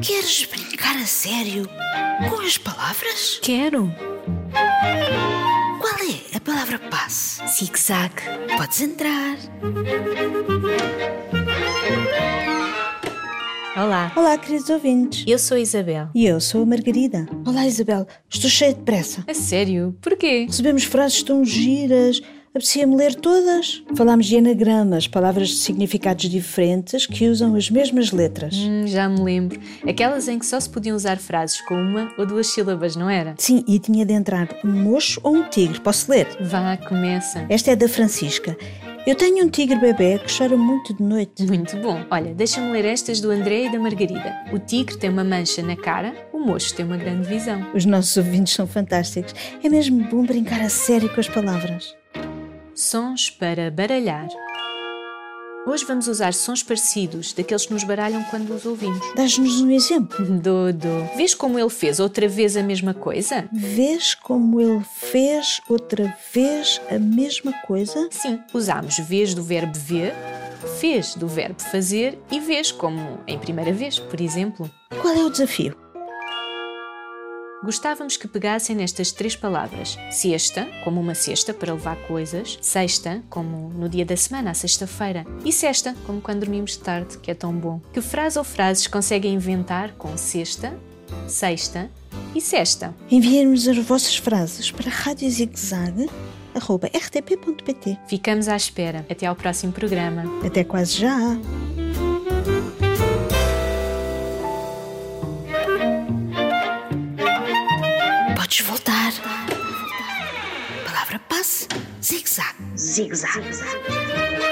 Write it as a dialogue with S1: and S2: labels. S1: Queres brincar a sério com as palavras?
S2: Quero.
S1: Qual é a palavra passe?
S2: Zig-zag.
S1: Podes entrar.
S2: Olá,
S3: Olá, queridos ouvintes.
S2: eu sou a Isabel.
S3: E eu sou a Margarida. Olá, Isabel. Estou cheia de pressa.
S2: A sério? Porquê?
S3: Recebemos frases tão giras. Apetecia-me ler todas. Falámos de anagramas, palavras de significados diferentes que usam as mesmas letras.
S2: Hum, já me lembro. Aquelas em que só se podiam usar frases com uma ou duas sílabas, não era?
S3: Sim, e tinha de entrar um mocho ou um tigre. Posso ler?
S2: Vá, começa.
S3: Esta é da Francisca. Eu tenho um tigre bebê que chora muito de noite.
S2: Muito bom. Olha, deixa-me ler estas do André e da Margarida. O tigre tem uma mancha na cara, o mocho tem uma grande visão.
S3: Os nossos ouvintes são fantásticos. É mesmo bom brincar a sério com as palavras.
S2: Sons para baralhar. Hoje vamos usar sons parecidos, daqueles que nos baralham quando os ouvimos.
S3: Dás-nos um exemplo.
S2: Dodo, vês como ele fez outra vez a mesma coisa?
S3: Vês como ele fez outra vez a mesma coisa?
S2: Sim, usámos vez do verbo ver, fez do verbo fazer e vês como em primeira vez, por exemplo.
S3: Qual é o desafio?
S2: Gostávamos que pegassem nestas três palavras: sexta, como uma cesta para levar coisas, sexta, como no dia da semana, à sexta-feira, e sexta, como quando dormimos tarde, que é tão bom. Que frase ou frases conseguem inventar com sexta, sexta e sexta?
S3: Enviem-nos as vossas frases para radiozigzag.rtp.pt.
S2: Ficamos à espera. Até ao próximo programa.
S3: Até quase já!
S1: Podes voltar. Palavra passe. Zig-zag. Zig-zag.